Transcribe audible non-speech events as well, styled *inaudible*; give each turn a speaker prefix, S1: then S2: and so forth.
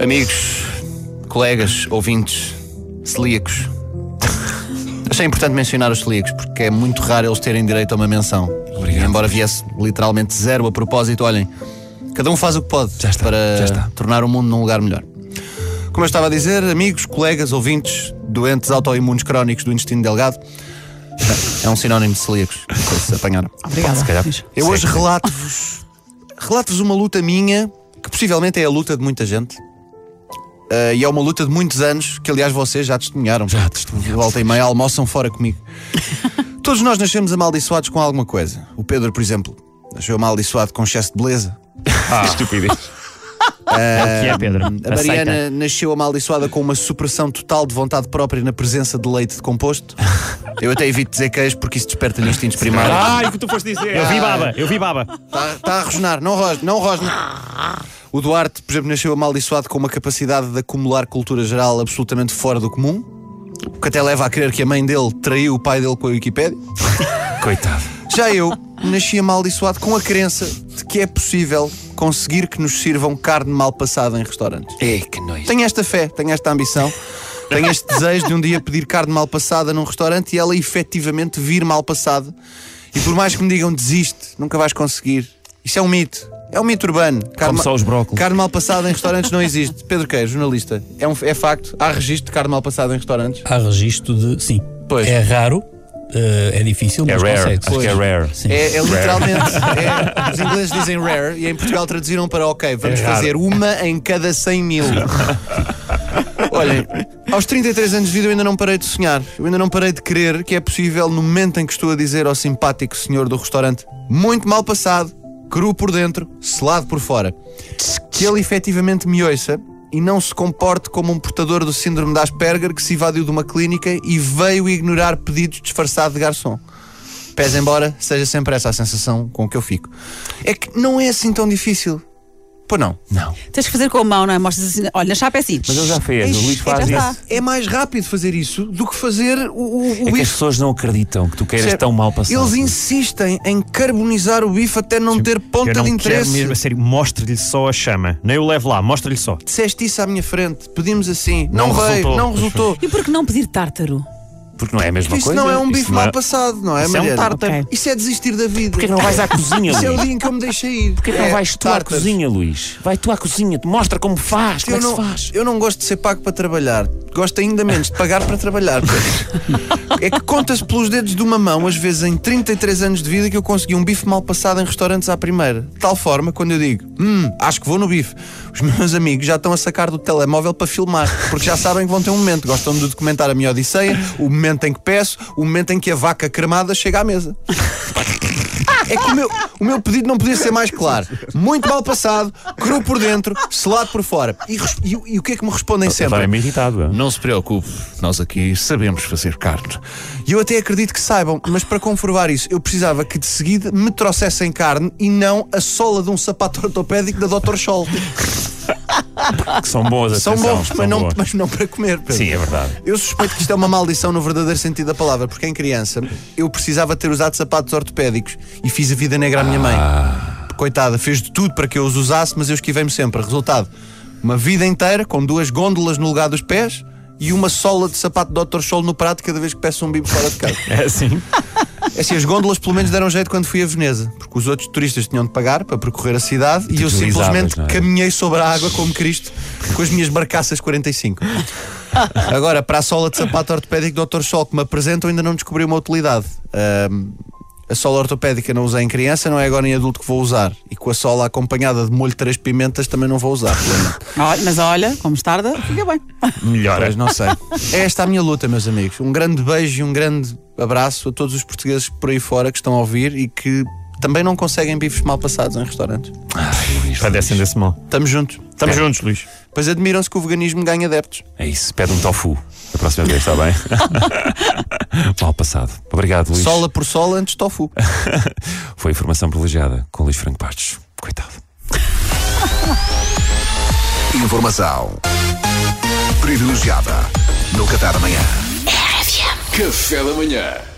S1: Amigos, colegas, ouvintes, celíacos. Achei importante mencionar os celíacos porque é muito raro eles terem direito a uma menção.
S2: Obrigado.
S1: E embora viesse literalmente zero a propósito, olhem, cada um faz o que pode
S2: Já está,
S1: para
S2: já está.
S1: tornar o mundo num lugar melhor. Como eu estava a dizer, amigos, colegas, ouvintes, doentes autoimunes crónicos do intestino delgado, *laughs* é um sinónimo de celíacos. não sei Se apanharam.
S3: Obrigada.
S1: Eu hoje relato-vos relato-vos uma luta minha, que possivelmente é a luta de muita gente. Ah, e é uma luta de muitos anos, que aliás vocês já testemunharam. Já testemunharam. Volta e meia, almoçam fora comigo. Todos nós nascemos amaldiçoados com alguma coisa. O Pedro, por exemplo, nasceu amaldiçoado com excesso de beleza.
S2: Estupidez.
S4: É o que é, Pedro.
S1: A Mariana nasceu amaldiçoada com uma supressão total de vontade própria na presença de leite decomposto. Eu até evito dizer queijo porque isso desperta-lhe instintos primários.
S2: Ai, o que tu foste dizer?
S4: Eu vi baba, eu vi baba.
S1: Está a rosnar, não rosna, não rosna. O Duarte, por exemplo, nasceu amaldiçoado com uma capacidade de acumular cultura geral absolutamente fora do comum, o que até leva a crer que a mãe dele traiu o pai dele com a Wikipédia.
S2: *laughs* Coitado.
S1: Já eu nasci amaldiçoado com a crença de que é possível conseguir que nos sirvam carne mal passada em restaurantes.
S2: É que nois.
S1: Tenho esta fé, tenho esta ambição, tenho este desejo de um dia pedir carne mal passada num restaurante e ela efetivamente vir mal passada. E por mais que me digam desiste, nunca vais conseguir. Isso é um mito. É um mito urbano. Carne
S2: Como
S1: ma-
S2: só os brócolos.
S1: Carne mal passada em restaurantes não existe. Pedro Queiro, jornalista. É, um, é facto. Há registro de carne mal passada em restaurantes?
S5: Há registro de. Sim.
S1: Pois.
S5: É raro, eh, é difícil,
S2: É
S5: mas
S2: rare.
S5: consegue.
S2: Acho que é rare.
S5: Sim.
S1: É, é literalmente. é- os ingleses dizem rare e em Portugal traduziram para ok, vamos
S2: É raro.
S1: fazer uma em cada 100 mil. Olhem, aos 33 anos de vida eu ainda não parei de sonhar. Eu ainda não parei de crer que é possível, no momento em que estou a dizer ao simpático senhor do restaurante, muito mal passado, cru por dentro, selado por fora, que ele efetivamente me ouça e não se comporte como um portador do síndrome da Asperger que se evadiu de uma clínica e veio ignorar pedidos disfarçado de garçom. Pés embora, seja sempre essa a sensação com que eu fico. É que não é assim tão difícil. Pois não. Não.
S3: Tens que fazer com a mão, não é? Mostras assim. Olha, na chapa é assim.
S2: Mas ele já fez, o Luís faz
S3: já
S2: isso.
S3: está.
S1: É mais rápido fazer isso do que fazer o, o, o
S2: É que as
S1: bife.
S2: pessoas não acreditam que tu queiras
S1: Percebe?
S2: tão mal passar.
S1: Eles insistem em carbonizar o bife até não ter ponta
S4: eu não
S1: de
S4: quero
S1: interesse.
S4: mesmo, a
S2: assim.
S4: sério, mostre-lhe só a chama. Nem o levo lá, mostre-lhe só.
S1: Disseste isso à minha frente, pedimos assim, não,
S2: Não
S1: veio,
S2: resultou.
S1: não resultou.
S3: E por que não pedir tártaro?
S2: Porque não é a mesma
S1: Isso
S2: coisa.
S1: não é um
S2: Isso
S1: bife
S2: não é-
S1: mal passado, não é,
S2: Isso é um
S1: Mariana?
S2: tártaro.
S3: Ok.
S1: Isso é desistir da vida.
S2: Porquê que não vais à cozinha,
S1: Isso é o
S2: Luís?
S1: dia em que eu me deixei ir.
S2: Porquê que não
S1: É,
S2: vais tu à
S1: tártaros.
S2: cozinha, Luís? Vai tu à cozinha, te mostra como faz, como é
S1: Eu
S2: que se
S1: não,
S2: faz.
S1: eu não gosto de ser pago para trabalhar. Gosto ainda menos de pagar para trabalhar.
S2: *laughs*
S1: Pedro. é que conta-se pelos dedos de uma mão, às vezes em 33 anos de vida, que eu consegui um bife mal passado em restaurantes à primeira. De tal forma, quando eu digo, hum, acho que vou no bife, os meus amigos já estão a sacar do telemóvel para filmar, porque já sabem que vão ter um momento. Gostam de documentar a minha odisseia, o momento em que peço, o momento em que a vaca cremada chega à mesa. É que o meu, o meu pedido não podia ser mais claro. Muito mal passado, cru por dentro, selado por fora. E, res- e o- e o que é que me respondem
S2: Estava
S1: sempre?
S2: meio irritado. é?
S6: Não se preocupe, nós aqui sabemos fazer carne.
S1: E eu até acredito que saibam, mas para comprovar isso, eu precisava que de seguida me trouxessem carne e não a sola de um sapato *laughs* ortopédico da Dr. Scholl.
S2: Que são boas,
S1: São
S2: atenção,
S1: bons,
S2: são
S1: mas não,
S2: boas.
S1: mas não para comer. Pedro.
S2: Sim, é verdade.
S1: Eu suspeito que isto é uma maldição no verdadeiro sentido da palavra, porque em criança eu precisava ter usado sapatos ortopédicos e fiz a vida negra à minha mãe. Coitada, fez de tudo para que eu os usasse, mas eu esquivei-me sempre. Resultado: uma vida inteira com duas gôndolas no lugar dos pés e uma sola de sapato Dr. Sol no prato cada vez que peço um bibo fora de casa.
S2: É assim.
S1: É assim, as gôndolas pelo menos deram jeito quando fui a Veneza, porque os outros turistas tinham de pagar para percorrer a cidade e eu
S2: Utilizadas,
S1: simplesmente
S2: não é?
S1: caminhei sobre a água como Cristo com as minhas barcaças 45. Agora, para a sola de sapato ortopédico Dr. Sol que me apresentam, ainda não descobri uma utilidade. Ahm, a sola ortopédica não usei em criança, não é agora em adulto que vou usar. E com a sola acompanhada de molho de três pimentas também não vou usar. lamento.
S3: Olha, mas olha, como estarda, fica bem.
S2: Melhora.
S1: Mas não sei. É esta a minha luta, meus amigos. Um grande beijo e um grande abraço a todos os portugueses por aí fora que estão a ouvir e que também não conseguem bifes mal passados em restaurantes.
S2: é
S4: Padecem desse mal.
S1: Estamos juntos.
S4: Estamos juntos, Luís.
S1: Pois admiram-se que o veganismo ganha adeptos.
S2: É isso, pede um tofu. A próxima vez, está bem? Mal passado. Obrigado, Luís.
S1: Sola por sola antes tofu.
S2: Foi informação privilegiada com Luís Franco Bastos. Coitado.
S6: Informação privilegiada no Café da Manhã.
S7: RFM.
S6: Café da Manhã.